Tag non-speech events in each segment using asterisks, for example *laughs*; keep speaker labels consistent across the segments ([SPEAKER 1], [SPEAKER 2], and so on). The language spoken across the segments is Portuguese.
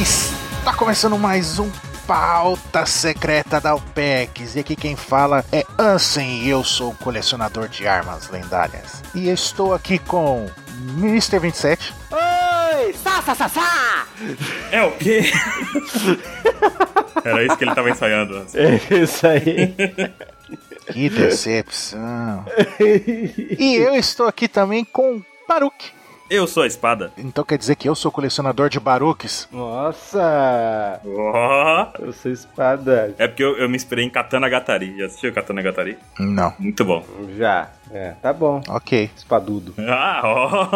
[SPEAKER 1] Está começando mais um Pauta Secreta da UPEX. E aqui quem fala é Ansem e eu sou um colecionador de armas lendárias. E estou aqui com Mr. 27.
[SPEAKER 2] Oi! Sá, sá, sá, sá!
[SPEAKER 3] É o quê? Era isso que ele tava ensaiando. Ansem.
[SPEAKER 2] É isso aí.
[SPEAKER 1] Que decepção. e eu estou aqui também com Baruque.
[SPEAKER 3] Eu sou a espada.
[SPEAKER 1] Então quer dizer que eu sou colecionador de Baruques?
[SPEAKER 2] Nossa!
[SPEAKER 3] Ó.
[SPEAKER 2] Eu sou espada.
[SPEAKER 3] É porque eu, eu me inspirei em Katana Gatari. Já assistiu Katana Gatari?
[SPEAKER 1] Não.
[SPEAKER 3] Muito bom.
[SPEAKER 2] Já. É, tá bom.
[SPEAKER 1] Ok.
[SPEAKER 2] Espadudo.
[SPEAKER 3] Ah, ó.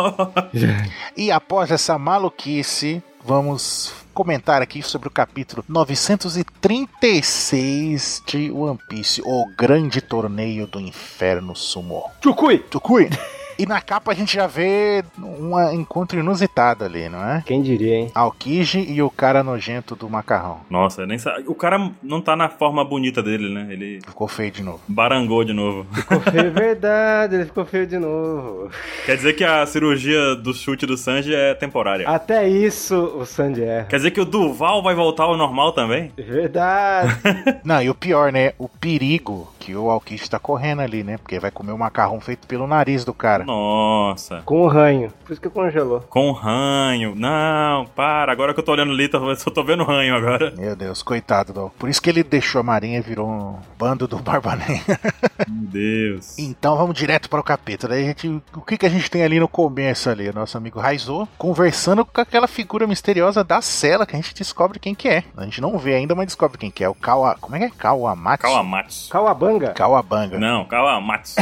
[SPEAKER 1] E após essa maluquice, vamos comentar aqui sobre o capítulo 936 de One Piece, o grande torneio do inferno sumo.
[SPEAKER 2] Tchucui!
[SPEAKER 1] Tukui! E na capa a gente já vê um encontro inusitado ali, não é?
[SPEAKER 2] Quem diria, hein?
[SPEAKER 1] Aokiji e o cara nojento do macarrão.
[SPEAKER 3] Nossa, eu nem sa... o cara não tá na forma bonita dele, né? Ele
[SPEAKER 1] Ficou feio de novo.
[SPEAKER 3] barangou de novo.
[SPEAKER 2] Ficou feio, é verdade. Ele ficou feio de novo.
[SPEAKER 3] Quer dizer que a cirurgia do chute do Sanji é temporária.
[SPEAKER 2] Até isso o Sandy erra.
[SPEAKER 3] Quer dizer que o Duval vai voltar ao normal também?
[SPEAKER 2] É verdade.
[SPEAKER 1] Não, e o pior, né? O perigo que o Aokiji tá correndo ali, né? Porque vai comer o macarrão feito pelo nariz do cara.
[SPEAKER 3] Nossa.
[SPEAKER 2] Com o ranho. Por isso que congelou.
[SPEAKER 3] Com ranho. Não, para. Agora que eu tô olhando o Lito, eu só tô vendo ranho agora.
[SPEAKER 1] Meu Deus, coitado do. Por isso que ele deixou a marinha e virou um bando do Barba Negra.
[SPEAKER 3] Meu Deus.
[SPEAKER 1] Então vamos direto para o capítulo. Aí a gente, o que, que a gente tem ali no começo ali? O Nosso amigo Raizou conversando com aquela figura misteriosa da cela que a gente descobre quem que é. A gente não vê ainda, mas descobre quem que é. O Kawa... Como é que é? Kawamatsu?
[SPEAKER 3] Kawamatsu.
[SPEAKER 2] Calabanga.
[SPEAKER 1] Kawabanga.
[SPEAKER 3] Não, Kawamatsu.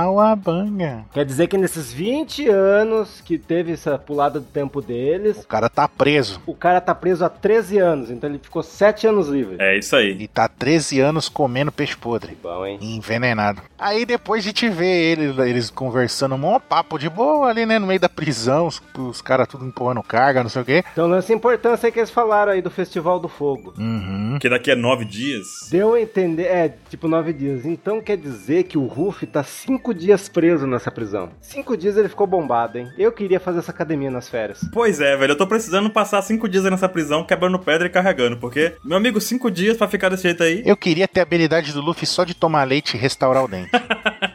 [SPEAKER 1] Kawabanga.
[SPEAKER 2] Quer dizer que nesses 20 anos que teve essa pulada do tempo deles,
[SPEAKER 1] O cara tá preso.
[SPEAKER 2] o cara tá preso há 13 anos. Então ele ficou 7 anos livre.
[SPEAKER 3] É isso aí.
[SPEAKER 1] E tá 13 anos comendo peixe podre.
[SPEAKER 2] Bom, hein?
[SPEAKER 1] Envenenado. Aí depois a gente vê ele, eles conversando, um maior papo de boa ali, né? No meio da prisão, os, os caras tudo empurrando carga, não sei o quê.
[SPEAKER 2] Então lance a importância aí que eles falaram aí do Festival do Fogo.
[SPEAKER 1] Uhum.
[SPEAKER 3] Porque daqui a nove dias.
[SPEAKER 2] Deu a entender, é, tipo nove dias. Então quer dizer que o Ruff tá cinco dias preso nessa prisão. Cinco dias ele ficou bombado, hein? Eu queria fazer essa academia nas
[SPEAKER 1] *laughs*
[SPEAKER 2] férias.
[SPEAKER 3] Pois é, velho, eu tô precisando passar cinco dias aí nessa prisão quebrando pedra e carregando, porque, meu amigo, cinco dias pra ficar desse jeito aí.
[SPEAKER 1] Eu queria ter a habilidade do Luffy só de tomar leite e restaurar o dente.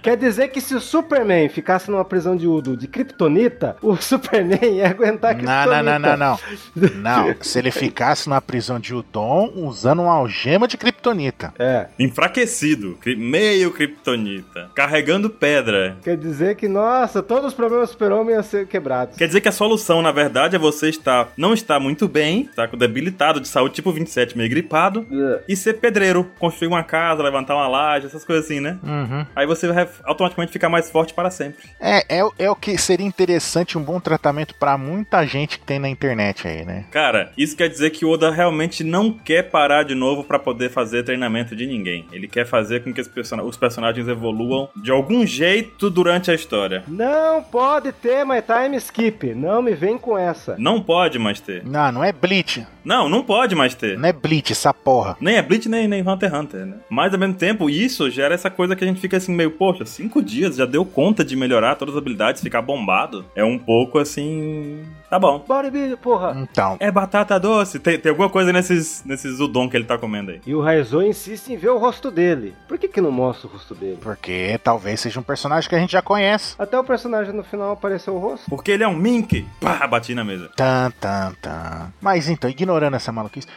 [SPEAKER 2] Quer dizer que se o Superman ficasse numa prisão de Udo de Kryptonita, o *laughs* Superman ia aguentar a
[SPEAKER 1] não,
[SPEAKER 2] Kryptonita.
[SPEAKER 1] não, não, não, não. Não, se ele ficasse na prisão de Udon usando uma algema de kriptonita.
[SPEAKER 2] É.
[SPEAKER 3] Enfraquecido, cri- meio kryptonita, carregando pedra.
[SPEAKER 2] Quer dizer que, nossa, todos os problemas do Super-Homem iam ser quebrados.
[SPEAKER 3] Quer dizer que a solução, na verdade, é você estar não estar muito bem, tá com debilitado de saúde tipo 27, meio gripado,
[SPEAKER 2] Ugh.
[SPEAKER 3] e ser pedreiro, construir uma casa, levantar uma laje, essas coisas assim, né?
[SPEAKER 1] Uhum.
[SPEAKER 3] Aí você vai automaticamente ficar mais forte para sempre.
[SPEAKER 1] É, é, o- é o que seria interessante, um bom tratamento pra muita gente que tem na internet aí, né?
[SPEAKER 3] Cara, isso quer dizer que o Oda realmente não quer parar de novo pra poder fazer treinamento de ninguém. Ele quer fazer com que os, person- os personagens evoluam de algum jeito durante a história.
[SPEAKER 2] Não pode ter my time skip. Não me vem com essa.
[SPEAKER 3] Não pode mais ter.
[SPEAKER 1] Não, não é Bleach.
[SPEAKER 3] Não, não pode mais ter.
[SPEAKER 1] Não é Bleach, essa porra.
[SPEAKER 3] Nem é Bleach, nem, nem Hunter x Hunter, né? Mas ao mesmo tempo, isso gera essa coisa que a gente fica assim, meio, poxa, cinco dias já deu conta de melhorar todas as habilidades, ficar bombado. É um pouco assim. Tá bom.
[SPEAKER 2] Bora, Billy, porra.
[SPEAKER 1] Então,
[SPEAKER 3] É batata doce. Tem, tem alguma coisa nesses, nesses udon que ele tá comendo aí.
[SPEAKER 2] E o Raizou insiste em ver o rosto dele. Por que que não mostra o rosto dele?
[SPEAKER 1] porque talvez seja um personagem que a gente já conhece.
[SPEAKER 2] Até o personagem no final apareceu o rosto.
[SPEAKER 3] Porque ele é um mink. Pá, bati na mesa.
[SPEAKER 1] Tan, tan, tan. Mas então, ignorando essa maluquice,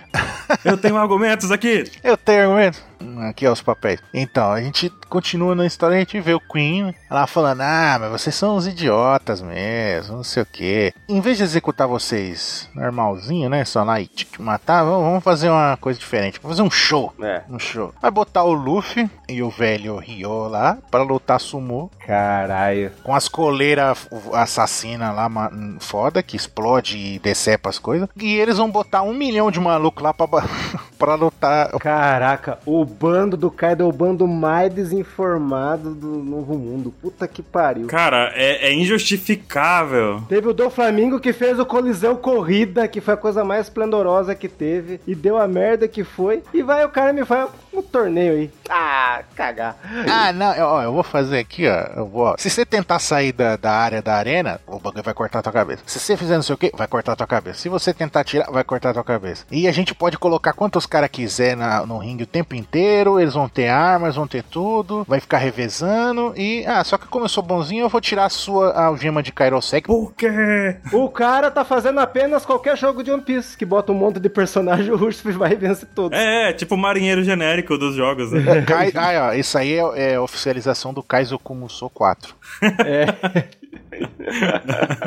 [SPEAKER 3] Eu tenho argumentos aqui.
[SPEAKER 1] eu tenho argumento. Hum, Aqui, ó, os papéis. Então, a gente continua na história, a gente vê o Queen lá falando: Ah, mas vocês são uns idiotas mesmo, não sei o quê. Em vez de executar vocês normalzinho, né? Só lá e tic, matar, vamos vamos fazer uma coisa diferente. Vamos fazer um show.
[SPEAKER 2] É.
[SPEAKER 1] Um show. Vai botar o Luffy e o velho Ryo lá pra lutar sumô
[SPEAKER 2] Caralho.
[SPEAKER 1] com as coleiras assassina lá, ma- hum, foda, que explode e decepa as coisas. E eles vão botar um milhão de maluco lá pra, ba- *laughs* pra não tá.
[SPEAKER 2] Caraca, o bando do Kaido é o bando mais desinformado do Novo Mundo. Puta que pariu.
[SPEAKER 3] Cara, é, é injustificável.
[SPEAKER 2] Teve o do Flamengo que fez o Coliseu Corrida, que foi a coisa mais esplendorosa que teve, e deu a merda que foi, e vai o cara me faz um torneio aí. Ah, cagar.
[SPEAKER 1] Ah, não, eu- ó, eu vou fazer aqui, ó. eu vou- ó. Se você tentar sair da, da área da arena, o bagulho vai cortar a tua cabeça. Se você fizer não sei o que, vai cortar a tua cabeça. Se você tentar tirar, vai cortar a tua cabeça. E a gente pode colocar quantos caras quiser na- no ringue o tempo inteiro, eles vão ter armas, vão ter tudo, vai ficar revezando. E, ah, só que como eu sou bonzinho, eu vou tirar a sua algema de Kairosek.
[SPEAKER 3] Por quê?
[SPEAKER 2] O cara tá fazendo apenas qualquer jogo de One Piece, que bota um monte de personagem *laughs* russo e vai vencer todos.
[SPEAKER 3] É, é, tipo o marinheiro genérico dos jogos, *laughs* né?
[SPEAKER 1] Kai, ah, ó, isso aí é, é oficialização do Kaizoku Musou 4.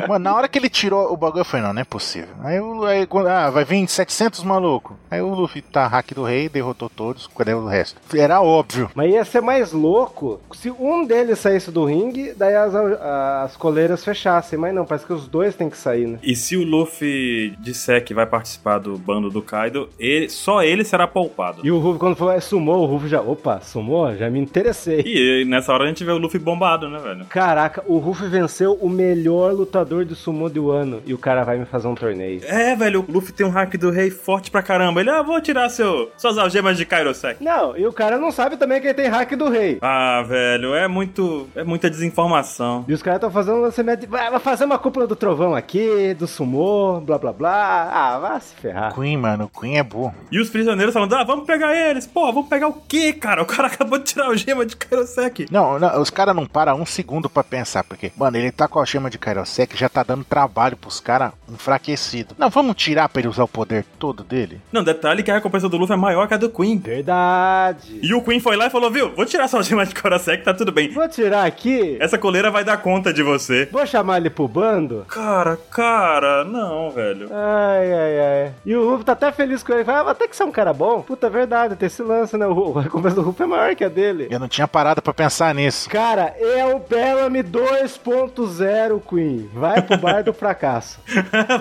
[SPEAKER 1] Mano, na hora que ele tirou o bagulho, eu falei, não, não é possível. Aí, o, aí quando- ah, vai vir 700 maluco. Aí o Luffy tá hack do rei, derrotou todos, cadê o resto? Era óbvio.
[SPEAKER 2] Mas ia ser mais louco se um deles saísse do ringue, daí as, as coleiras fechassem. Mas não, parece que os dois têm que sair, né?
[SPEAKER 3] E se o Luffy disser que vai participar do bando do Kaido, ele- só ele será poupado.
[SPEAKER 2] E o Ruff, quando falou, é sumou, o Ruff já, opa, sumou? Já me interessei.
[SPEAKER 3] E nessa hora a gente vê o Luffy bombado, né, velho?
[SPEAKER 2] Caraca, o Ruff venceu o melhor lutador de sumô do ano e o cara vai me fazer um torneio.
[SPEAKER 3] É, velho, o Luffy tem um hack do rei forte pra caramba. Ele, ah, vou tirar seu, suas algemas de Kairosek.
[SPEAKER 2] Não, e o cara não sabe também que ele tem hack do rei.
[SPEAKER 3] Ah, velho, é muito. É muita desinformação.
[SPEAKER 2] E os caras estão fazendo lançamento de. "Ah, Vai fazer uma cúpula do trovão aqui, do sumô, blá blá blá. Ah, vai se ferrar.
[SPEAKER 1] Queen, mano, Queen é burro.
[SPEAKER 3] E os prisioneiros falando, ah, vamos pegar eles. Pô, vamos pegar o quê, cara? O cara *laughs* acabou de tirar a algema de Kairosek.
[SPEAKER 1] Não, não, os caras não param um segundo pra pensar, porque, mano, ele tá com a chama de Kairosek, já tá dando trabalho pros caras enfraquecidos. Não, vamos tirar pra ele usar o poder todo dele?
[SPEAKER 3] Não, detalhe que a recompensa do Luffy é maior que a do Queen.
[SPEAKER 2] Verdade.
[SPEAKER 3] E o Queen foi lá e falou, viu, vou tirar sua algema de Kairosek, tá tudo bem.
[SPEAKER 2] Vou tirar aqui,
[SPEAKER 3] Essa coleira vai dar conta de você.
[SPEAKER 2] vou chamar ele pro bando.
[SPEAKER 3] Cara, cara, não, velho. *laughs*
[SPEAKER 2] Ai, ai, ai. E o Ruff tá até feliz com ele. Fala, ah, até que você é um cara bom. Puta, é verdade, tem esse lance, né? O Ruff- A recompensa do Ruff é maior que a dele.
[SPEAKER 1] Eu não tinha parado pra pensar nisso.
[SPEAKER 2] Cara, é o Bellamy 2.0, Queen. Vai pro bar do fracasso.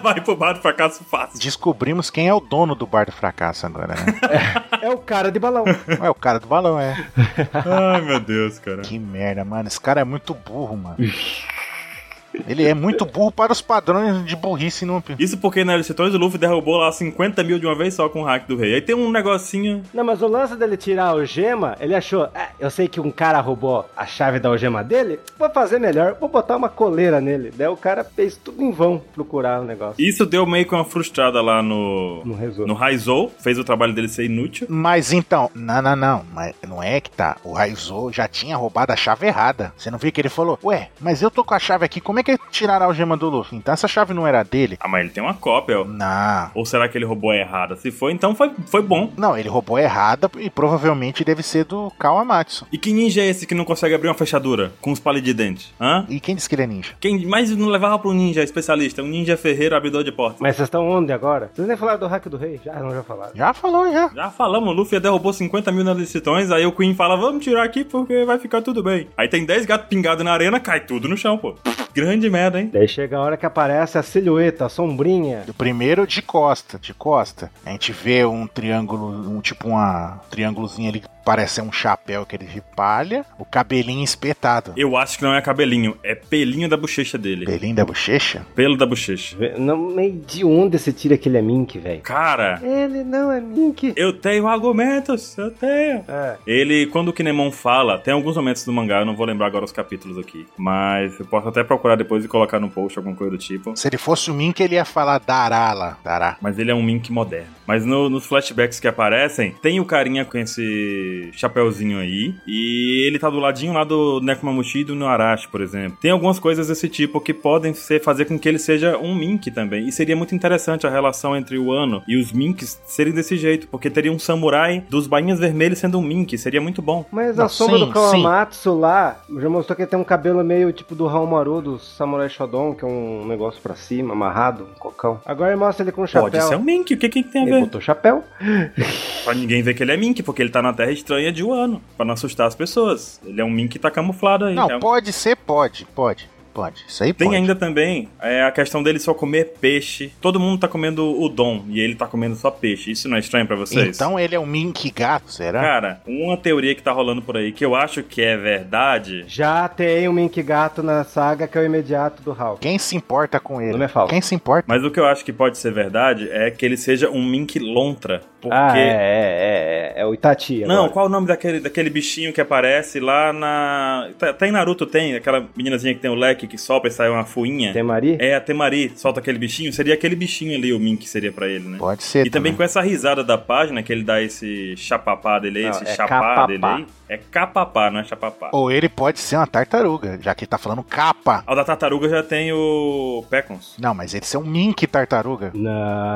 [SPEAKER 3] Vai pro bar do fracasso fácil.
[SPEAKER 1] Descobrimos quem é o dono do bar do fracasso agora, né?
[SPEAKER 2] É o cara de balão.
[SPEAKER 1] é o cara do balão, é.
[SPEAKER 3] Ai, meu Deus, cara.
[SPEAKER 1] Que merda, mano. Esse cara é muito burro, mano. Ele é muito burro para os padrões de burrice no
[SPEAKER 3] Isso porque né, na Licitões o Luffy derrubou lá 50 mil de uma vez só com o hack do rei. Aí tem um negocinho.
[SPEAKER 2] Não, mas o lance dele tirar a algema, ele achou, "Ah, eu sei que um cara roubou a chave da algema dele, vou fazer melhor, vou botar uma coleira nele. Daí o cara fez tudo em vão procurar o negócio.
[SPEAKER 3] Isso deu meio que uma frustrada lá no.
[SPEAKER 2] Não resolveu.
[SPEAKER 3] No Raizou. Fez o trabalho dele ser inútil.
[SPEAKER 1] Mas então, não, não, não, mas não é que tá. O Raizou já tinha roubado a chave errada. Você não viu que ele falou, ué, mas eu tô com a chave aqui, como é que tiraram a algema do Luffy? Então essa chave não era dele?
[SPEAKER 3] Ah, mas ele tem uma cópia. ó.
[SPEAKER 1] Não.
[SPEAKER 3] Ou será que ele roubou a errada? Se foi, então foi, foi bom.
[SPEAKER 1] Não, ele roubou errada e provavelmente deve ser do Kawamatsu.
[SPEAKER 3] E que ninja é esse que não consegue abrir uma fechadura com os palhos de dente? Hã?
[SPEAKER 1] E quem disse que ele é ninja?
[SPEAKER 3] Quem mais não levava pra um ninja especialista? Um ninja ferreiro abridor de porta.
[SPEAKER 2] Mas vocês estão onde agora? Vocês nem falaram do hack do rei? Já, não já falaram.
[SPEAKER 1] Já falou, já.
[SPEAKER 3] Já falamos, o Luffy derrubou 50 mil nas licitões, aí o Queen fala, vamos tirar aqui porque vai ficar tudo bem. Aí tem 10 gatos pingados na arena, cai tudo no chão, pô. Grande merda, hein?
[SPEAKER 2] Daí chega a hora que aparece a silhueta, a sombrinha.
[SPEAKER 1] Do primeiro de costa, de costa. A gente vê um triângulo, um tipo uma um triângulozinho ali que parece ser um chapéu que ele de palha, o cabelinho espetado.
[SPEAKER 3] Eu acho que não é cabelinho, é pelinho da bochecha dele.
[SPEAKER 1] Cabelinho da bochecha?
[SPEAKER 3] Pelo da bochecha.
[SPEAKER 2] Vê- Não, meio de onde você tira aquele é Mink, velho?
[SPEAKER 3] Cara,
[SPEAKER 2] Ele não é Mink.
[SPEAKER 3] eu tenho argumentos, eu tenho.
[SPEAKER 2] É.
[SPEAKER 3] Ele, quando o Kinemon fala, tem alguns momentos do mangá, eu não vou lembrar agora os capítulos aqui, mas eu posso até procurar depois e colocar no post alguma coisa do tipo.
[SPEAKER 1] Se ele fosse o Mink, ele ia falar Dará lá. Dará.
[SPEAKER 3] Mas ele é um Mink moderno. Mas no- nos flashbacks que aparecem, tem o carinha com esse chapéuzinho aí. E ele tá do ladinho lá do Nekomamushi e do Noarashi, por exemplo. Tem algumas coisas desse tipo que podem ser, fazer com que ele seja um Mink também. E seria muito interessante a relação entre o Ano e os Minks serem desse jeito. Porque teria um samurai dos bainhas vermelhas sendo um Mink. Seria muito bom.
[SPEAKER 2] Mas
[SPEAKER 1] Não,
[SPEAKER 2] a sombra
[SPEAKER 1] sim,
[SPEAKER 2] do Kawamatsu lá já mostrou que ele tem um cabelo meio tipo do Maru do Samurai Shodown, que é um negócio pra cima, amarrado, um cocão. Agora mostra ele com um chapéu.
[SPEAKER 3] Pode ser um Mink. O que, que tem a
[SPEAKER 2] Ele
[SPEAKER 3] ver?
[SPEAKER 2] botou chapéu.
[SPEAKER 3] Pra ninguém ver que ele é Mink, porque ele tá na terra estranha de Wano. Pra não assustar as pessoas. Ele é um Mink que tá camuflado aí.
[SPEAKER 1] Não,
[SPEAKER 3] é um-
[SPEAKER 1] pode ser, pode, pode. Pode. Isso aí
[SPEAKER 3] Tem
[SPEAKER 1] pode.
[SPEAKER 3] ainda também é, a questão dele só comer peixe. Todo mundo tá comendo o dom e ele tá comendo só peixe. Isso não é estranho pra vocês?
[SPEAKER 1] Então ele é um mink gato, será?
[SPEAKER 3] Cara, uma teoria que tá rolando por aí que eu acho que é verdade.
[SPEAKER 2] Já tem um Mink Gato na saga que é o imediato do Hulk.
[SPEAKER 1] Quem se importa com ele?
[SPEAKER 2] Não me fala.
[SPEAKER 1] Quem se importa?
[SPEAKER 3] Mas o que eu acho que pode ser verdade é que ele seja um mink lontra. Porque.
[SPEAKER 2] Ah, é, é, é, é, é o Itati.
[SPEAKER 3] Não,
[SPEAKER 2] agora.
[SPEAKER 3] qual o nome daquele, daquele bichinho que aparece lá na. tá- Até em Naruto tem, aquela meninazinha que tem o leque que sopra e sai uma fuinha.
[SPEAKER 2] Tem Mari?
[SPEAKER 3] É, a Temari solta aquele bichinho. Seria aquele bichinho ali, o mink seria pra ele, né?
[SPEAKER 1] Pode ser.
[SPEAKER 3] E também com essa risada da página, que ele dá esse chapapá dele aí,
[SPEAKER 2] Não,
[SPEAKER 3] esse
[SPEAKER 2] é
[SPEAKER 3] chapá
[SPEAKER 2] capapá. Oh.
[SPEAKER 3] dele aí. É capapá, não é chapapá.
[SPEAKER 1] Ou ele pode ser uma tartaruga, já que ele tá falando capa.
[SPEAKER 3] Ao da tartaruga já tem o Pecons.
[SPEAKER 1] Não, mas ele é um mink tartaruga.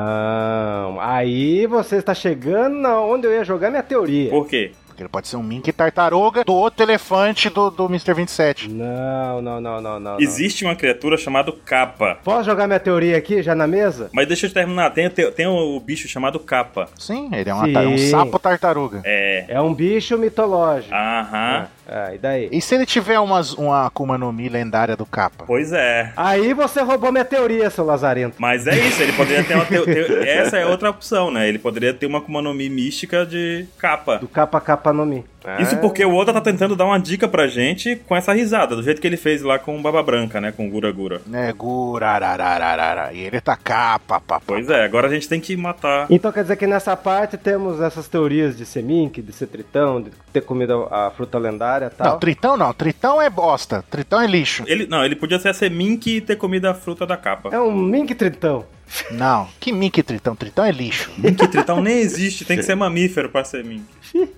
[SPEAKER 2] Não. Aí você está chegando na onde eu ia jogar minha teoria.
[SPEAKER 3] Por quê?
[SPEAKER 1] Porque ele pode ser um mink tartaruga do outro elefante do, do Mr. 27.
[SPEAKER 2] Não, não, não, não, não. não.
[SPEAKER 3] Existe uma criatura chamada capa.
[SPEAKER 2] Posso jogar minha teoria aqui já na mesa?
[SPEAKER 3] Mas deixa eu terminar, tem, tem, tem o bicho chamado capa.
[SPEAKER 1] Sim, ele é uma tar- um
[SPEAKER 2] Sim.
[SPEAKER 1] sapo tartaruga.
[SPEAKER 3] É.
[SPEAKER 2] É um bicho mitológico.
[SPEAKER 3] Aham.
[SPEAKER 2] Ah, e daí?
[SPEAKER 1] E se ele tiver umas, uma Akuma no Mi lendária do capa?
[SPEAKER 3] Pois é.
[SPEAKER 2] Aí você roubou minha teoria, seu lazarento.
[SPEAKER 3] Mas é isso, ele poderia ter uma. Te, te- essa é outra opção, né? Ele poderia ter uma Akuma no Mi mística de capa.
[SPEAKER 2] Do capa capa no mi.
[SPEAKER 3] Isso porque o Oda tá tentando dar uma dica pra gente com essa risada, do jeito que ele fez lá com o Baba Branca, né? Com o Gura Gura.
[SPEAKER 1] Né, gurararararara. E ele tá capa, papo.
[SPEAKER 3] Pois é, agora a gente tem que matar.
[SPEAKER 2] Então quer dizer que nessa parte temos essas teorias de ser mink, de ser tritão, de ter comido a fruta lendária e
[SPEAKER 1] Não,
[SPEAKER 2] tal.
[SPEAKER 1] tritão não. Tritão é bosta. Tritão é lixo.
[SPEAKER 3] Ele, não, ele podia ser a Semink e ter comido a fruta da capa.
[SPEAKER 2] É um mink tritão.
[SPEAKER 1] Não, que mink tritão? Tritão é lixo.
[SPEAKER 3] Mink tritão nem existe, tem que ser mamífero pra ser mink.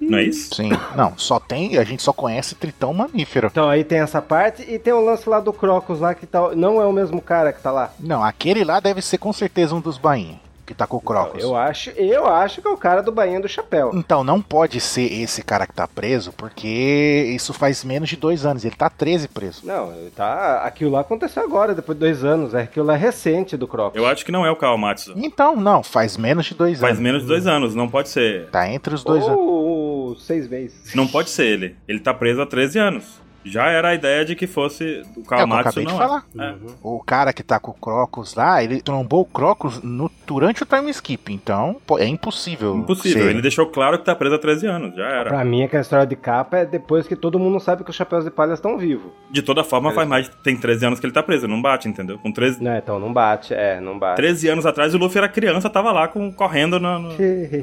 [SPEAKER 3] Não é isso?
[SPEAKER 1] Sim, não, só tem, a gente só conhece tritão mamífero.
[SPEAKER 2] Então aí tem essa parte e tem o lance lá do Crocus lá que tá, não é o mesmo cara que tá lá.
[SPEAKER 1] Não, aquele lá deve ser com certeza um dos bainhos, que tá com o Crocus.
[SPEAKER 2] Eu acho, eu acho que é o cara do bainha do chapéu.
[SPEAKER 3] Hum.
[SPEAKER 1] Então, não pode ser esse cara que tá preso, porque isso faz menos de dois anos. Ele tá 13 preso.
[SPEAKER 2] Não, tá, aquilo lá aconteceu agora, depois de dois anos. É, Aquilo lá é recente do Crocus.
[SPEAKER 3] Eu acho que não é o Kawamatsu.
[SPEAKER 1] Então, não, faz menos de dois
[SPEAKER 3] Faz
[SPEAKER 1] anos.
[SPEAKER 3] menos de dois anos, não pode ser.
[SPEAKER 1] Tá entre os dois anos.
[SPEAKER 2] Ou seis meses.
[SPEAKER 3] Não pode ser ele. Ele tá preso há 13 anos. Já era a ideia de que fosse o
[SPEAKER 1] É o que eu
[SPEAKER 3] Kawamatsu,
[SPEAKER 1] acabei de
[SPEAKER 3] não
[SPEAKER 1] falar.
[SPEAKER 2] Uhum.
[SPEAKER 3] é.
[SPEAKER 1] O cara que tá com o Crocus lá, ele trombou o Crocus no- durante o time skip. Então, pô, é impossível.
[SPEAKER 3] Impossível.
[SPEAKER 1] ser.
[SPEAKER 3] Ele deixou claro que tá preso há 13 anos, já era.
[SPEAKER 2] Pra mim, aquela história de capa é depois que todo mundo sabe que os chapéus de palha estão vivos.
[SPEAKER 3] De toda forma,
[SPEAKER 2] Beleza.
[SPEAKER 3] faz mais. Tem 13 anos que ele tá preso, não bate, entendeu? Com 13,
[SPEAKER 2] Não, então não bate, é, não bate.
[SPEAKER 3] 13 anos atrás, o Luffy era criança, tava lá com, correndo, na- no-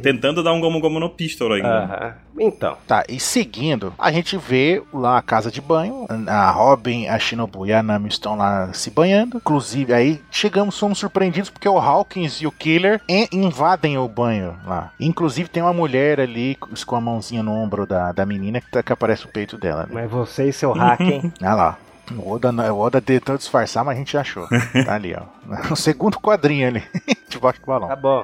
[SPEAKER 3] tentando dar um gomo-gomo no pistol ainda.
[SPEAKER 2] *laughs* Aham. Então,
[SPEAKER 1] Tá, e seguindo, a gente vê lá a casa de banho, a Robin, a Shinobu e a Nami estão lá se banhando. Inclusive, aí chegamos, somos surpreendidos porque o Hawkins e o Killer en- invadem o banho lá. Inclusive, tem uma mulher ali com com a mãozinha no ombro da, da menina que, tá- que aparece o peito dela. Né?
[SPEAKER 2] mas você e seu hack,
[SPEAKER 3] *laughs*
[SPEAKER 2] hein?
[SPEAKER 1] Olha lá. O Oda, não- o Oda tentou disfarçar, mas a gente achou. Tá ali, ó. No segundo quadrinho ali, *laughs* debaixo do
[SPEAKER 2] Tá
[SPEAKER 1] balão.
[SPEAKER 2] bom.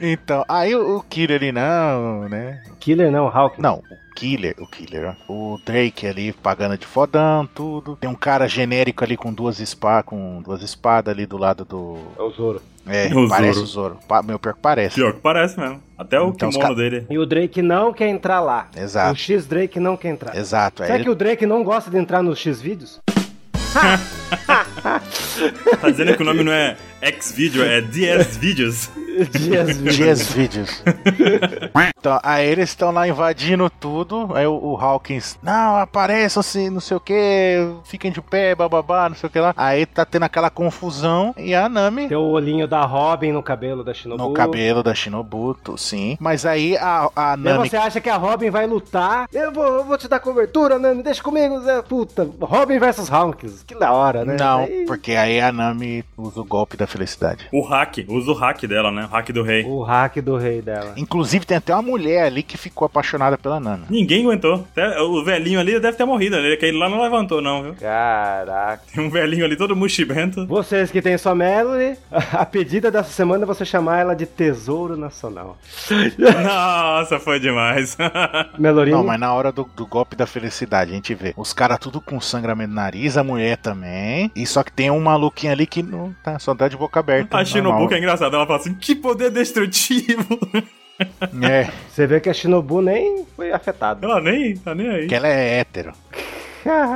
[SPEAKER 1] Então, aí o, o Killer ali, não, né?
[SPEAKER 2] Killer não, Hawk.
[SPEAKER 1] Não, o Killer, o Killer, ó. o Drake ali pagando de fodão, tudo. Tem um cara genérico ali com duas espadas, com duas espadas ali do lado do.
[SPEAKER 2] É o Zoro.
[SPEAKER 1] É,
[SPEAKER 3] O
[SPEAKER 1] parece
[SPEAKER 3] Zoro.
[SPEAKER 1] o Zoro. Pa- Meu pior que parece.
[SPEAKER 3] Pior que parece mesmo. Até o
[SPEAKER 1] Então, os
[SPEAKER 3] kimono dele.
[SPEAKER 2] E o Drake não quer entrar lá. O
[SPEAKER 1] Exato,
[SPEAKER 2] X Drake não quer entrar.
[SPEAKER 1] exato. É,
[SPEAKER 2] Será
[SPEAKER 1] ele-
[SPEAKER 2] que o Drake não gosta de entrar nos X vídeos?
[SPEAKER 3] Tá dizendo que o nome não é X-Video, é DS-Videos.
[SPEAKER 2] Dias
[SPEAKER 1] *laughs*
[SPEAKER 2] vídeos. *laughs*
[SPEAKER 1] Dias vídeos. então, aí eles estão lá invadindo tudo. Aí o, o Hawkins, não, apareçam se não sei o que, fiquem de pé, bababá, não sei o que lá. Aí tá tendo aquela confusão e a Nami
[SPEAKER 2] Tem o olhinho da Robin no cabelo da Shinobu.
[SPEAKER 1] no cabelo da Shinobuto, sim. Mas aí a, a
[SPEAKER 2] Daí
[SPEAKER 1] Nami
[SPEAKER 2] você acha que a Robin vai lutar? Eu vou, eu vou te dar cobertura, Nami, deixa comigo, Zé. Puta, Robin versus Hawkins. Que da hora, né?
[SPEAKER 1] Não,
[SPEAKER 2] Aí-
[SPEAKER 1] porque aí a Nami usa o golpe da felicidade.
[SPEAKER 3] O hack, usa o hack dela, né? O hack do rei.
[SPEAKER 2] O hack do rei dela.
[SPEAKER 1] Inclusive, tem até uma mulher ali que ficou apaixonada pela Nami.
[SPEAKER 3] Ninguém aguentou. Até o velhinho ali deve ter morrido. né? Ele, aquele lá não levantou, não, viu?
[SPEAKER 2] Caraca.
[SPEAKER 3] Tem um velhinho ali
[SPEAKER 1] *laughs*
[SPEAKER 3] todo mochibento.
[SPEAKER 2] Vocês que têm sua Melody, *laughs* a pedida dessa semana é você chamar ela de Tesouro Nacional.
[SPEAKER 3] Nossa,
[SPEAKER 1] *laughs*
[SPEAKER 3] foi demais.
[SPEAKER 2] Melorinho.
[SPEAKER 1] Não, mas na hora do, do golpe da felicidade, a gente vê os caras tudo com sangramento no nariz, a mulher também. E só que tem um maluquinho ali que não tá, só tá de boca aberta.
[SPEAKER 3] A Shinobu
[SPEAKER 1] normal.
[SPEAKER 3] que é engraçada, ela fala assim, que poder destrutivo.
[SPEAKER 1] *laughs*
[SPEAKER 3] *laughs*
[SPEAKER 1] É,
[SPEAKER 2] Você vê que a Shinobu nem foi afetada.
[SPEAKER 3] Ela nem tá nem aí.
[SPEAKER 1] que ela é hétero.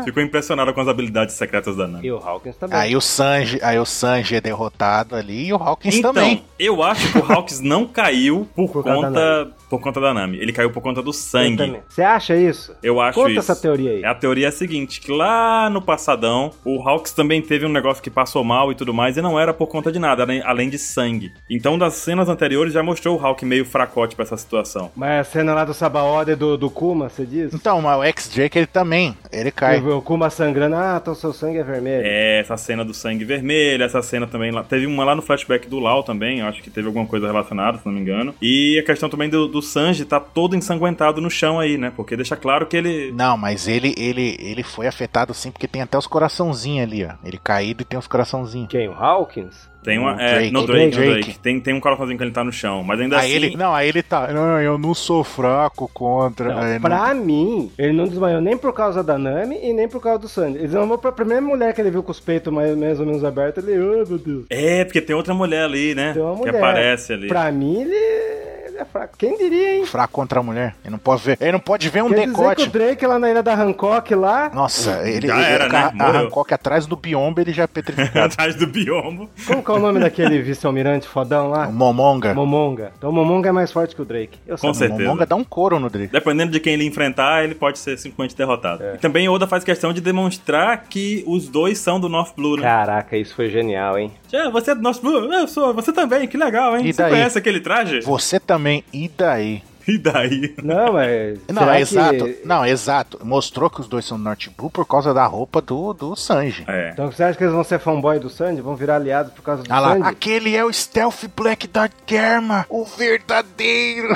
[SPEAKER 3] Ficou impressionado com as habilidades secretas da Nami.
[SPEAKER 2] *laughs* E o Hawkins também.
[SPEAKER 1] Aí o Sanji, aí o Sanji é derrotado ali e o Hawkins
[SPEAKER 3] então,
[SPEAKER 1] também.
[SPEAKER 3] eu acho que o Hawks não caiu por,
[SPEAKER 2] Por causa da
[SPEAKER 3] conta por conta da Nami. Ele caiu por conta do
[SPEAKER 2] Eu
[SPEAKER 3] sangue.
[SPEAKER 2] também. Você acha isso?
[SPEAKER 3] Eu acho
[SPEAKER 2] Conta
[SPEAKER 3] isso.
[SPEAKER 2] essa teoria aí.
[SPEAKER 3] É, A teoria é a seguinte, que lá no passadão, o Hawks também teve um negócio que passou mal e tudo mais, e não era por conta de nada, além- além de sangue. Então, das cenas anteriores, já mostrou o Hawk meio fracote pra essa situação.
[SPEAKER 2] Mas a cena lá do Sabaody e do, do Kuma, você diz?
[SPEAKER 1] Então, mas o ex-Drake ele também, ele cai.
[SPEAKER 2] O, o Kuma sangrando, ah, então seu sangue é vermelho.
[SPEAKER 3] É, essa cena do sangue vermelho, essa cena também lá. Teve uma lá no flashback do Lau também, eu acho que teve alguma coisa relacionada, se não me engano. E a questão também do, do Sanji tá todo ensanguentado no chão aí, né? Porque deixa claro que ele.
[SPEAKER 1] Não, mas ele, ele, ele foi afetado sim, porque tem até os coraçãozinhos ali, ó. Ele caído e tem os coraçãozinhos.
[SPEAKER 2] Quem? O Hawkins?
[SPEAKER 3] Tem uma.
[SPEAKER 1] O
[SPEAKER 3] é,
[SPEAKER 1] Drake.
[SPEAKER 3] no Drake,
[SPEAKER 1] Drake.
[SPEAKER 3] no Drake. Tem, tem um coraçãozinho que ele tá no chão. Mas ainda
[SPEAKER 1] Aí
[SPEAKER 3] assim.
[SPEAKER 1] ele, não, aí ele tá, não, eu não sou fraco contra.
[SPEAKER 2] Não,
[SPEAKER 1] é, não-
[SPEAKER 2] pra mim, ele não desmaiou nem por causa da Nami e nem por causa do Sandy. Ele desmaiou pra primeira mulher que ele viu com os peitos mais, mais ou menos abertos, ele, oh meu Deus.
[SPEAKER 3] É, porque tem outra mulher ali, né?
[SPEAKER 2] Tem uma mulher.
[SPEAKER 3] Que aparece ali.
[SPEAKER 2] Pra mim, ele, ele é fraco. Quem diria, hein?
[SPEAKER 1] Fraco contra a mulher. Ele não pode ver, ele não pode ver um
[SPEAKER 2] Quer dizer
[SPEAKER 1] decote.
[SPEAKER 2] que o Drake lá na ilha da Hancock lá...
[SPEAKER 1] Nossa, ele,
[SPEAKER 3] Já
[SPEAKER 1] ele
[SPEAKER 3] era,
[SPEAKER 1] a,
[SPEAKER 3] né?
[SPEAKER 1] a
[SPEAKER 3] Morreu.
[SPEAKER 1] Hancock atrás do biombo ele já é
[SPEAKER 3] *laughs*
[SPEAKER 1] petrificado.
[SPEAKER 3] *laughs* Atrás do biombo.
[SPEAKER 2] Como que é o nome daquele vice-almirante fodão lá?
[SPEAKER 1] o Um Momonga.
[SPEAKER 2] Momonga. Então o Momonga é mais forte que o Drake. Eu sabia.
[SPEAKER 3] Com
[SPEAKER 1] O
[SPEAKER 3] certeza.
[SPEAKER 1] Momonga dá um couro no Drake.
[SPEAKER 3] Dependendo de quem ele enfrentar, ele pode ser simplesmente derrotado.
[SPEAKER 2] É.
[SPEAKER 3] E também Oda faz questão de demonstrar que os dois são do North Blue, né?
[SPEAKER 2] Caraca, isso foi genial, hein?
[SPEAKER 3] Já, você é do North Blue? Eu sou, você também, que legal, hein?
[SPEAKER 1] E
[SPEAKER 3] você
[SPEAKER 1] daí?
[SPEAKER 3] conhece aquele traje?
[SPEAKER 1] Você também, e daí?
[SPEAKER 3] E daí?
[SPEAKER 2] Não, mas.
[SPEAKER 1] Não,
[SPEAKER 2] será
[SPEAKER 1] é
[SPEAKER 2] que-
[SPEAKER 1] exato. Não, é exato. Mostrou que os dois são do Norte Blue por causa da roupa do, do Sanji.
[SPEAKER 3] É.
[SPEAKER 2] Então você acha que eles vão ser fanboy do Sandy? Vão virar aliados por causa do
[SPEAKER 1] Ah lá,
[SPEAKER 2] Sandy?
[SPEAKER 1] aquele é o Stealth Black da Germa, o verdadeiro.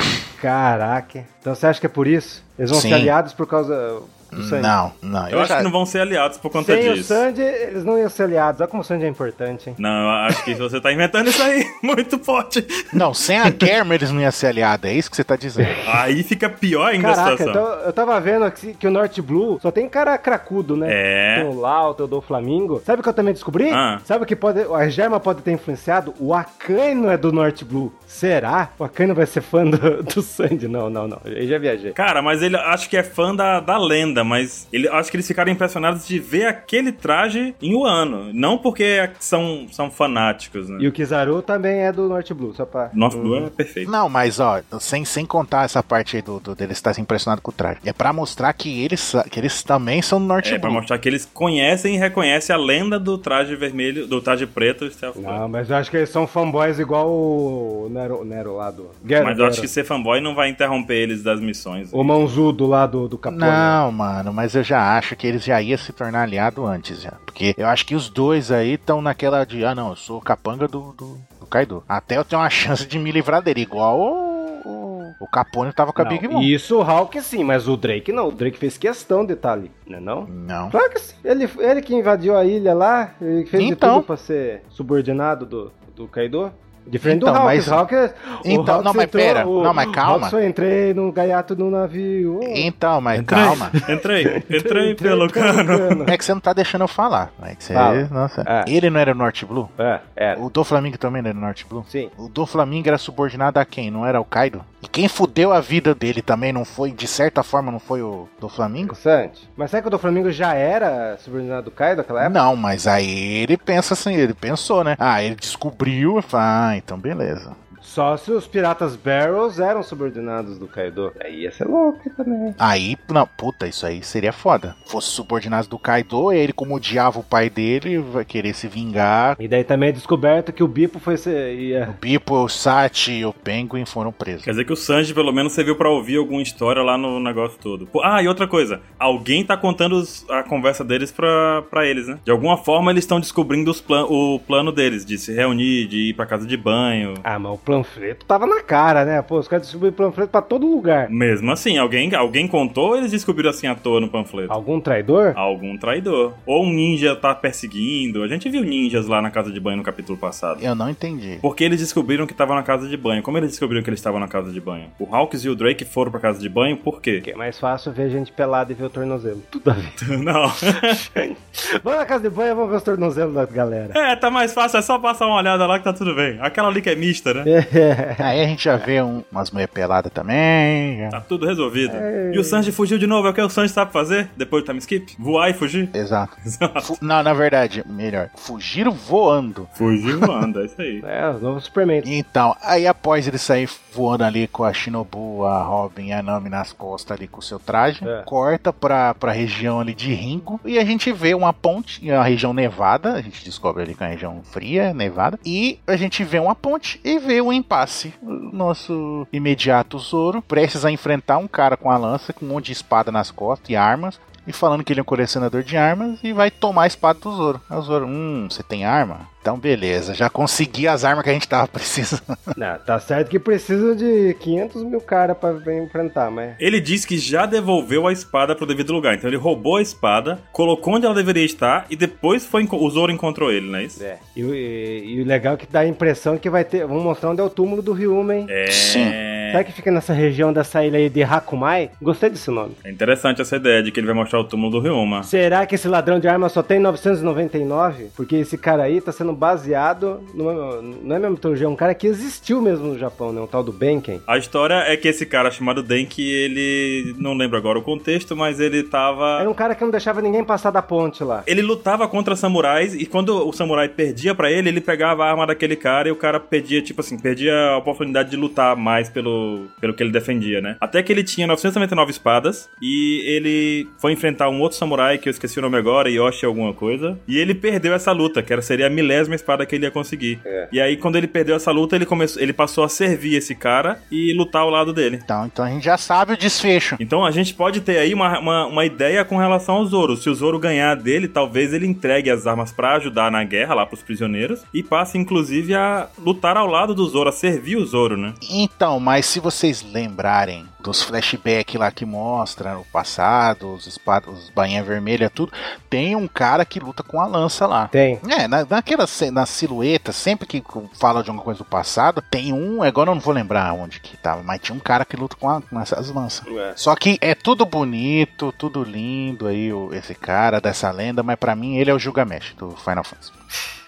[SPEAKER 2] Caraca. Então você acha que é por isso? Eles vão ser
[SPEAKER 1] Sim.
[SPEAKER 2] aliados por causa do Sandy?
[SPEAKER 1] Não, não.
[SPEAKER 3] Eu, acho que não vão ser aliados por conta
[SPEAKER 2] Sem o
[SPEAKER 3] disso.
[SPEAKER 2] Sandy, eles não iam ser aliados. Olha como o Sandy é importante, hein?
[SPEAKER 3] Não, eu acho que você tá inventando isso aí *laughs* muito forte.
[SPEAKER 1] Não, sem a Germa eles não iam ser aliados, é isso que você tá
[SPEAKER 3] *laughs*
[SPEAKER 1] dizendo.
[SPEAKER 3] Aí fica pior ainda a
[SPEAKER 2] Caraca,
[SPEAKER 3] situação.
[SPEAKER 2] então eu tava vendo que, que o Norte Blue só tem cara cracudo, né?
[SPEAKER 3] É.
[SPEAKER 2] Tem o Lau, tem o do Flamingo. Sabe o que eu também descobri?
[SPEAKER 3] Ah.
[SPEAKER 2] Sabe o que pode. A Germa pode ter influenciado? O Akano é do Norte Blue. Será? O Akano vai ser fã do, do Sandy? Não, não, não. Eu já viajei.
[SPEAKER 3] Cara, mas ele acho que é fã da, da lenda, mas ele, acho que eles ficaram impressionados de ver aquele traje em Wano. Não porque são, são fanáticos, né?
[SPEAKER 2] E o Kizaru também é do Norte Blue, só pra.
[SPEAKER 3] Nosso Blue é perfeito.
[SPEAKER 1] Não, mas ó, sem, sem contar essa parte aí do, do deles estar impressionado com o traje. É pra mostrar que eles, sa- que eles também são do Norte
[SPEAKER 3] É, pra
[SPEAKER 1] Blue.
[SPEAKER 3] mostrar que eles conhecem e reconhecem a lenda do traje vermelho, do traje preto. Stealth Blue.
[SPEAKER 2] Não, mas eu acho que eles são fanboys igual o Nero, Nero lá do. Gero,
[SPEAKER 3] Mas eu acho
[SPEAKER 2] Gero.
[SPEAKER 3] que ser fanboy não vai interromper eles das missões.
[SPEAKER 2] O mãozudo lá do, do Capone.
[SPEAKER 3] né?
[SPEAKER 1] Não, mano, mas eu já acho que eles já iam se tornar aliado antes, já. Porque eu acho que os dois aí estão naquela de, ah não, eu sou o capanga do, do, do Kaido. Até eu tenho uma chance de me livrar dele, igual o, o, o Capone tava com a
[SPEAKER 2] Não,
[SPEAKER 1] Big Mom.
[SPEAKER 2] Isso o Hulk sim, mas o Drake não. O Drake fez questão de estar ali, não é não?
[SPEAKER 1] Não.
[SPEAKER 2] Claro que sim. Ele, ele que invadiu a ilha lá, ele que fez de
[SPEAKER 1] Então.
[SPEAKER 2] tudo pra ser subordinado do, do Kaido. Diferente do
[SPEAKER 1] Então,
[SPEAKER 2] Hulk,
[SPEAKER 1] mas-
[SPEAKER 2] o Hulk, o
[SPEAKER 1] Então,
[SPEAKER 2] Hulk
[SPEAKER 1] não, mas
[SPEAKER 2] entrou-
[SPEAKER 1] pera,
[SPEAKER 2] o-
[SPEAKER 1] não, mas
[SPEAKER 2] O Hulk
[SPEAKER 1] calma.
[SPEAKER 2] só entrei no gaiato do navio.
[SPEAKER 1] Então, mas calma.
[SPEAKER 3] Entrei, entrei pelo cano.
[SPEAKER 1] É que você não tá deixando eu falar. É que você,
[SPEAKER 2] Fala.
[SPEAKER 1] nossa.
[SPEAKER 2] É.
[SPEAKER 1] Ele não era Norte Blue?
[SPEAKER 2] É, é,
[SPEAKER 1] O do Flamengo também não era Norte Blue?
[SPEAKER 2] sim.
[SPEAKER 1] O do Flamengo era subordinado a quem? Não era o Kaido? E quem fudeu a vida dele também não foi, de certa forma, não foi o do Flamengo?
[SPEAKER 2] Interessante. Mas será que o do Flamengo já era subordinado do Kaido naquela época?
[SPEAKER 1] Não, mas aí ele pensa assim, ele pensou, né? Ah, ele descobriu e fala, ah, então beleza.
[SPEAKER 2] Só se os piratas Barrels eram subordinados do Kaido. Aí ia ser louco também.
[SPEAKER 1] Aí, não, puta, isso aí seria foda. Fosse subordinado do Kaido, ele como odiava o pai dele, vai querer se vingar.
[SPEAKER 2] E daí também é descoberto que o Bipo foi ser.
[SPEAKER 1] O
[SPEAKER 2] Ia...
[SPEAKER 1] Bipo, o Sati e o Penguin foram presos.
[SPEAKER 3] Quer dizer que o Sanji, pelo menos, serviu pra ouvir alguma história lá no negócio todo. Pô, Ah, e outra coisa. Alguém tá contando os- a conversa deles pra, pra eles, né? De alguma forma, eles estão descobrindo os plan- o plano deles de se reunir, de ir pra casa de banho.
[SPEAKER 2] Ah, mas o panfleto tava na cara, né? Pô, os caras distribuíram panfleto pra todo lugar.
[SPEAKER 3] Mesmo assim, alguém, alguém contou ou eles descobriram assim à toa no panfleto?
[SPEAKER 2] Algum traidor?
[SPEAKER 3] Algum traidor. Ou um ninja tá perseguindo. A gente viu ninjas lá na casa de banho no capítulo passado.
[SPEAKER 1] Eu não entendi. *laughs*
[SPEAKER 3] Porque eles descobriram que estavam na casa de banho. Como eles descobriram que eles estavam na casa de banho? O Hawks e o Drake foram pra casa de banho por quê?
[SPEAKER 2] Porque é mais fácil ver gente pelada e ver o tornozelo. Tudo a ver.
[SPEAKER 3] *laughs* Não.
[SPEAKER 2] Vamos na casa de banho, vamos ver os tornozelos da galera. *laughs*
[SPEAKER 3] É, tá mais fácil, é só passar uma olhada lá que tá tudo bem. Aquela ali que é mista, né?
[SPEAKER 2] É.
[SPEAKER 1] Aí a gente já vê um- umas mulher pelada também. já-
[SPEAKER 3] Tá tudo resolvido. E o Sanji fugiu de novo, é o que o Sanji sabe fazer depois do time skip? Voar e fugir?
[SPEAKER 1] Exato. Fu- Não, na verdade, melhor. Fugiram voando.
[SPEAKER 3] Fugir voando, é isso aí.
[SPEAKER 2] É, o novo Superman.
[SPEAKER 1] Então, aí após ele sair voando ali com a Shinobu, a Robin e a Nami nas costas ali com o seu traje,
[SPEAKER 2] É.
[SPEAKER 1] corta pra, pra região ali de Ringo e a gente vê uma ponte, uma região nevada, a gente descobre ali que é uma região fria, nevada, e a gente vê uma ponte e vê um impasse. O nosso imediato Zoro prestes a enfrentar um cara com a lança, com um monte de espada nas costas e armas, e falando que ele é um colecionador de armas e vai tomar a espada do Zoro. Aí o Zoro, hum, você tem arma? Então beleza, já consegui as armas que a gente tava precisando.
[SPEAKER 2] Não, tá certo que precisa de 500 mil caras pra vir enfrentar, mas.
[SPEAKER 3] *laughs* Ele disse que já devolveu a espada pro devido lugar. Então ele roubou a espada, colocou onde ela deveria estar e depois foi enco- o Zoro encontrou ele, não é isso?
[SPEAKER 2] É. E, o- e- e o legal é que dá a impressão que vai ter. Vamos mostrar onde é o túmulo do Ryuma, hein?
[SPEAKER 3] É.
[SPEAKER 1] Sim.
[SPEAKER 2] Será que fica nessa região dessa ilha aí de Hakumai? Gostei desse nome.
[SPEAKER 3] É interessante essa ideia de que ele vai mostrar o túmulo do Ryuma.
[SPEAKER 2] Será que esse ladrão de arma só tem 999? Porque esse cara aí tá sendo baseado. No, não é mesmo mitologia, é um cara que existiu mesmo no Japão, né? Um tal do Benken.
[SPEAKER 3] A história é que esse cara chamado Denki, ele. não lembro agora o contexto, mas ele tava.
[SPEAKER 2] Era um cara que não deixava ninguém passar da ponte lá.
[SPEAKER 3] Ele lutava contra samurais e quando o samurai perdia pra ele, ele pegava a arma daquele cara e o cara perdia, tipo assim, perdia a oportunidade de lutar mais pelo, pelo que ele defendia, né? Até que ele tinha 999 espadas e ele foi enfrentar um outro samurai que eu esqueci o nome agora, Yoshi alguma coisa, e ele perdeu essa luta, que era, seria a milésima espada que ele ia conseguir. E aí quando ele perdeu essa luta, ele começou, ele passou a servir esse cara e lutar ao lado dele.
[SPEAKER 1] Então, então a gente já sabe o desfecho.
[SPEAKER 3] Então a gente pode ter aí uma, uma, uma ideia com relação ao Zoro. Se o Zoro ganhar dele, talvez ele entregue as armas pra ajudar na guerra lá pros prisioneiros e passe inclusive a lutar ao lado do Zoro, a servir o Zoro, né?
[SPEAKER 1] Então, mas se vocês lembrarem dos flashbacks lá que mostra o passado, os espadas, os bainha vermelha, tudo, tem um cara que luta com a lança lá.
[SPEAKER 2] Tem.
[SPEAKER 1] É, na, naquela ce- na silhueta, sempre que co- fala de alguma coisa do passado, tem um, agora eu não vou lembrar onde que tava, mas tinha um cara que luta com, a, com essas lanças. Só que é tudo bonito, tudo lindo aí, o- esse cara dessa lenda, mas pra mim ele é o Gilgamesh do Final Fantasy.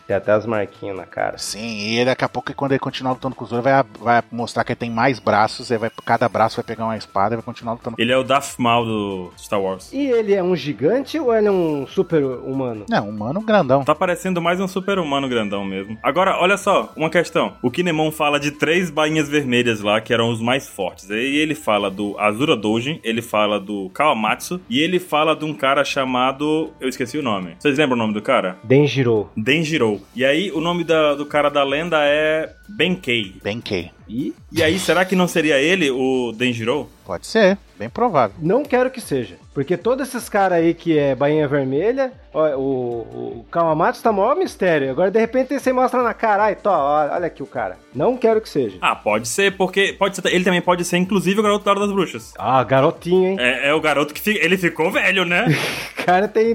[SPEAKER 2] Tem até as marquinhas na cara.
[SPEAKER 1] Sim, e ele, daqui a pouco, quando ele continuar lutando com os Zoro, vai, vai mostrar que ele tem mais braços, ele vai, cada braço vai pegar uma espada e vai continuar lutando.
[SPEAKER 3] Ele é o Darth Maul do Star Wars.
[SPEAKER 2] E ele é um gigante ou ele é um super humano?
[SPEAKER 1] Não, um humano grandão.
[SPEAKER 3] Tá parecendo mais um super-humano grandão mesmo. Agora, olha só, uma questão. O Kinemon fala de três bainhas vermelhas lá, que eram os mais fortes. Aí ele fala do Azura Doujin, ele fala do Kawamatsu, e ele fala de um cara chamado... Eu esqueci o nome. Vocês lembram o nome do cara?
[SPEAKER 2] Denjiro.
[SPEAKER 3] Denjiro. E aí, o nome da- do cara da lenda é Benkei.
[SPEAKER 1] Benkei.
[SPEAKER 2] E
[SPEAKER 3] E aí, será que não seria ele, o Denjiro?
[SPEAKER 1] Pode ser, bem provável.
[SPEAKER 2] não quero que seja. Porque todos esses caras aí que é bainha vermelha, ó, o, o, o Kawamatsu tá maior mistério. Agora, de repente, você mostra na cara, ai, tó, ó, olha aqui o cara. Não quero que seja.
[SPEAKER 3] Ah, pode ser, porque pode ser, ele também pode ser, inclusive, o garoto da Hora das Bruxas.
[SPEAKER 2] Ah, garotinho, hein?
[SPEAKER 3] É, é o garoto que fi- ele ficou velho, né?
[SPEAKER 2] *laughs* O cara tem,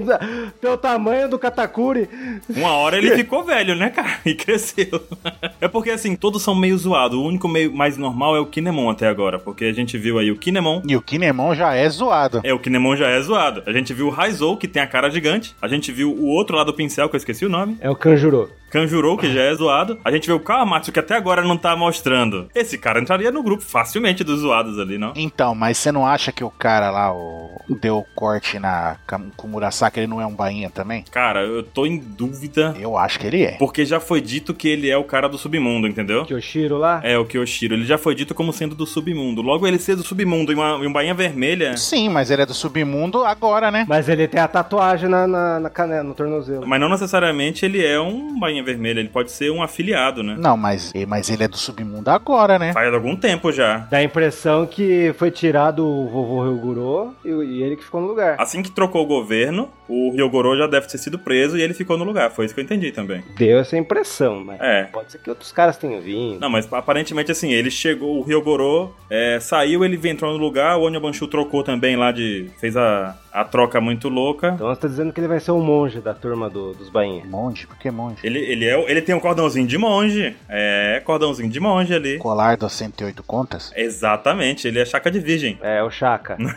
[SPEAKER 2] tem o tamanho do Katakuri.
[SPEAKER 3] Uma hora ele ficou velho, né, cara? E cresceu. *laughs* É porque, assim, todos são meio zoados. O único meio mais normal é o Kinemon até agora, porque a gente viu aí o Kinemon.
[SPEAKER 1] E o Kinemon já é zoado.
[SPEAKER 3] É, o Kinemon já é zoado. A gente viu o Raizou, que tem a cara gigante. A gente viu o outro lá do pincel, que eu esqueci o nome.
[SPEAKER 2] É o Kanjuro.
[SPEAKER 3] Kanjuro, que já é zoado. A gente vê o Kawamatsu, que até agora não tá mostrando. Esse cara entraria no grupo facilmente dos zoados ali, não?
[SPEAKER 1] Então, mas você não acha que o cara lá o, deu o corte na Kam- Kumurasaki, ele não é um bainha também?
[SPEAKER 3] Cara, eu tô em dúvida,
[SPEAKER 1] Eu acho que ele é.
[SPEAKER 3] porque já foi dito que ele é o cara do submundo, entendeu?
[SPEAKER 2] Kyoshiro lá.
[SPEAKER 3] É, o Kyoshiro. Ele já foi dito como sendo do submundo. Logo, ele ser do submundo e uma, e um bainha vermelha...
[SPEAKER 1] Sim, mas ele é do submundo agora, né?
[SPEAKER 2] Mas ele tem a tatuagem na, na, na canela, no tornozelo.
[SPEAKER 3] Mas não necessariamente ele é um bainha vermelha. Ele pode ser um afiliado, né?
[SPEAKER 1] Não, mas, mas ele é do submundo agora, né?
[SPEAKER 3] Faz algum tempo já.
[SPEAKER 2] Dá a impressão que foi tirado o vovô Ryoguro e, o- e ele que ficou no lugar.
[SPEAKER 3] Assim que trocou o governo, o Ryogoro já deve ter sido preso e ele ficou no lugar. Foi isso que eu entendi também.
[SPEAKER 2] Deu essa impressão, mas
[SPEAKER 3] É.
[SPEAKER 2] pode ser que outros caras tenham vindo.
[SPEAKER 3] Não, mas aparentemente assim, ele chegou, o Ryogoro é, saiu, ele entrou no lugar, o Onyabanshu trocou também lá de. fez a, a troca muito louca.
[SPEAKER 2] Então você tá dizendo que ele vai ser um monge da turma do- dos bainhas.
[SPEAKER 1] Monge, por que monge?
[SPEAKER 3] Ele, ele, é, o- ele tem um cordãozinho de monge. É, cordãozinho de monge ali.
[SPEAKER 1] Colar das 108 contas?
[SPEAKER 3] Exatamente, ele é chaca de virgem.
[SPEAKER 2] É, o
[SPEAKER 3] *laughs*
[SPEAKER 2] Shaka. Mas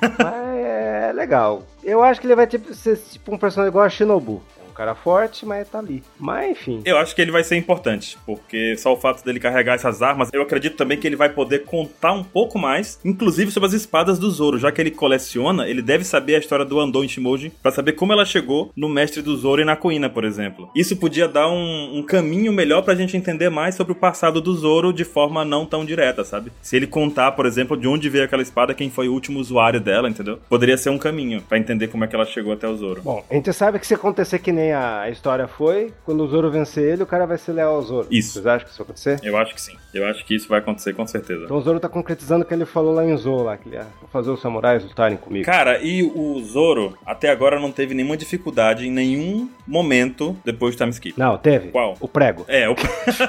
[SPEAKER 2] é legal. Eu acho que ele vai tipo, ser tipo um personagem igual a Shinobu. É um cara forte, mas tá ali. Mas enfim.
[SPEAKER 3] Eu acho que ele vai ser importante, porque só o fato dele carregar essas armas, eu acredito também que ele vai poder contar um pouco mais, inclusive sobre as espadas do Zoro, já que ele coleciona, ele deve saber a história do Andon Shimoji pra saber como ela chegou no mestre do Zoro e na Kuina, por exemplo. Isso podia dar um, um caminho melhor pra gente entender mais sobre o passado do Zoro de forma não tão direta, sabe? Se ele contar, por exemplo, de onde veio aquela espada, quem foi o último usuário dela, entendeu? Poderia ser um caminho pra entender como é que ela chegou até o Zoro.
[SPEAKER 2] Bom, a gente sabe que se acontecer que nem a história foi, quando o Zoro vencer ele, o cara vai ser leal ao Zoro.
[SPEAKER 3] Isso.
[SPEAKER 2] Vocês acham que isso vai acontecer?
[SPEAKER 3] Eu acho que sim. Eu acho que isso vai acontecer com certeza.
[SPEAKER 2] Então o Zoro tá concretizando o que ele falou lá em Zou, lá, que ele ia fazer os samurais lutarem comigo.
[SPEAKER 3] Cara, e o Zoro até agora não teve nenhuma dificuldade em nenhum momento depois do time skip.
[SPEAKER 2] Não, teve.
[SPEAKER 3] Qual?
[SPEAKER 2] O prego.
[SPEAKER 3] É, o...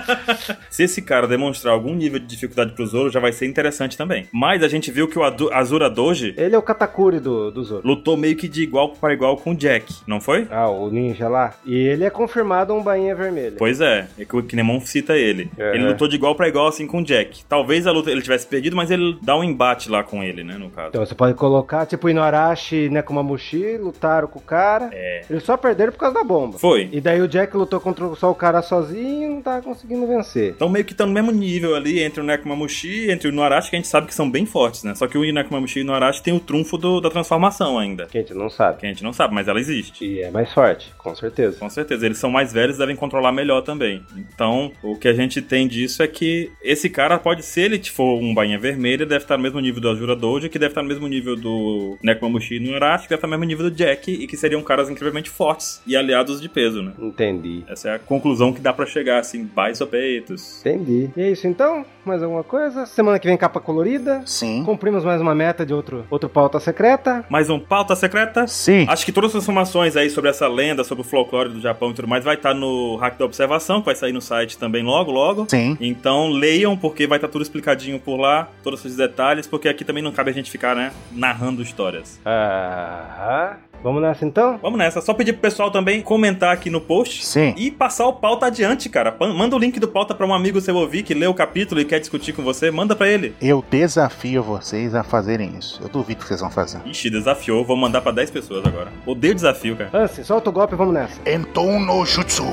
[SPEAKER 3] *laughs* se esse cara demonstrar algum nível de dificuldade pro Zoro, já vai ser interessante também. Mas a gente viu que o Adu- Azura Doji
[SPEAKER 2] Ele é o Katakuri do, do Zoro.
[SPEAKER 3] lutou meio que de igual para igual com o Jack, não foi?
[SPEAKER 2] Ah, o ninja lá. E ele é confirmado um bainha vermelha.
[SPEAKER 3] Pois é, é que o Kinemon cita ele.
[SPEAKER 2] É,
[SPEAKER 3] ele
[SPEAKER 2] né?
[SPEAKER 3] lutou de igual para igual assim com o Jack. Talvez a luta ele tivesse perdido, mas ele dá um embate lá com ele, né, no caso.
[SPEAKER 2] Então você pode colocar, tipo, Inuarashi e Nekomamushi lutaram com o cara.
[SPEAKER 3] É.
[SPEAKER 2] Eles só perderam por causa da bomba.
[SPEAKER 3] Foi.
[SPEAKER 2] E daí o Jack lutou contra só o cara sozinho e não tá conseguindo vencer.
[SPEAKER 3] Então meio que estão no mesmo nível ali entre o Nekomamushi e entre o Inuarashi, que a gente sabe que são bem fortes, né? Só que o Nekomamushi e o Inuarashi tem o trunfo do- da transformação ainda.
[SPEAKER 2] Que a gente não sabe.
[SPEAKER 3] Que a gente não sabe, mas ela existe.
[SPEAKER 2] E é mais forte, com certeza.
[SPEAKER 3] Com certeza, eles são mais velhos, devem controlar melhor também. Então, o que a gente tem disso é que esse cara pode, se ele for um bainha vermelha, deve estar no mesmo nível do Azura Dojo, que deve estar no mesmo nível do Nekomamushi no Urashi, que deve estar no mesmo nível do Jack, e que seriam caras incrivelmente fortes e aliados de peso, né?
[SPEAKER 2] Entendi.
[SPEAKER 3] Essa é a conclusão que dá pra chegar, assim, mais ou menos.
[SPEAKER 2] Entendi. E é isso então? Mais alguma coisa? Semana que vem capa colorida.
[SPEAKER 1] Sim.
[SPEAKER 2] Cumprimos mais uma meta de outro, outro pauta secreta.
[SPEAKER 3] Mais um pauta secreta?
[SPEAKER 1] Sim.
[SPEAKER 3] Acho que todas as informações aí sobre essa lenda, sobre o folclore do Japão e tudo mais, vai estar no Hack da Observação, que vai sair no site também logo, logo.
[SPEAKER 1] Sim.
[SPEAKER 3] Então leiam, porque vai estar tudo explicadinho por lá, todos esses detalhes, porque aqui também não cabe a gente ficar, né, narrando histórias.
[SPEAKER 2] Aham. Vamos nessa então?
[SPEAKER 3] Vamos nessa, só pedir pro pessoal também comentar aqui no post.
[SPEAKER 1] Sim.
[SPEAKER 3] E passar o pauta adiante, cara. Pan- Manda o link do pauta pra um amigo seu ouvir que lê o capítulo e quer discutir com você. Manda pra ele.
[SPEAKER 1] Eu desafio vocês a fazerem isso. Eu duvido que vocês vão fazer.
[SPEAKER 3] Ixi, desafiou. Vou mandar pra 10 pessoas agora. Odeio desafio, cara.
[SPEAKER 2] Ansem, solta o golpe e vamos nessa.
[SPEAKER 1] Então no jutsu.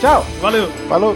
[SPEAKER 2] Tchau!
[SPEAKER 3] Valeu!
[SPEAKER 1] Falou.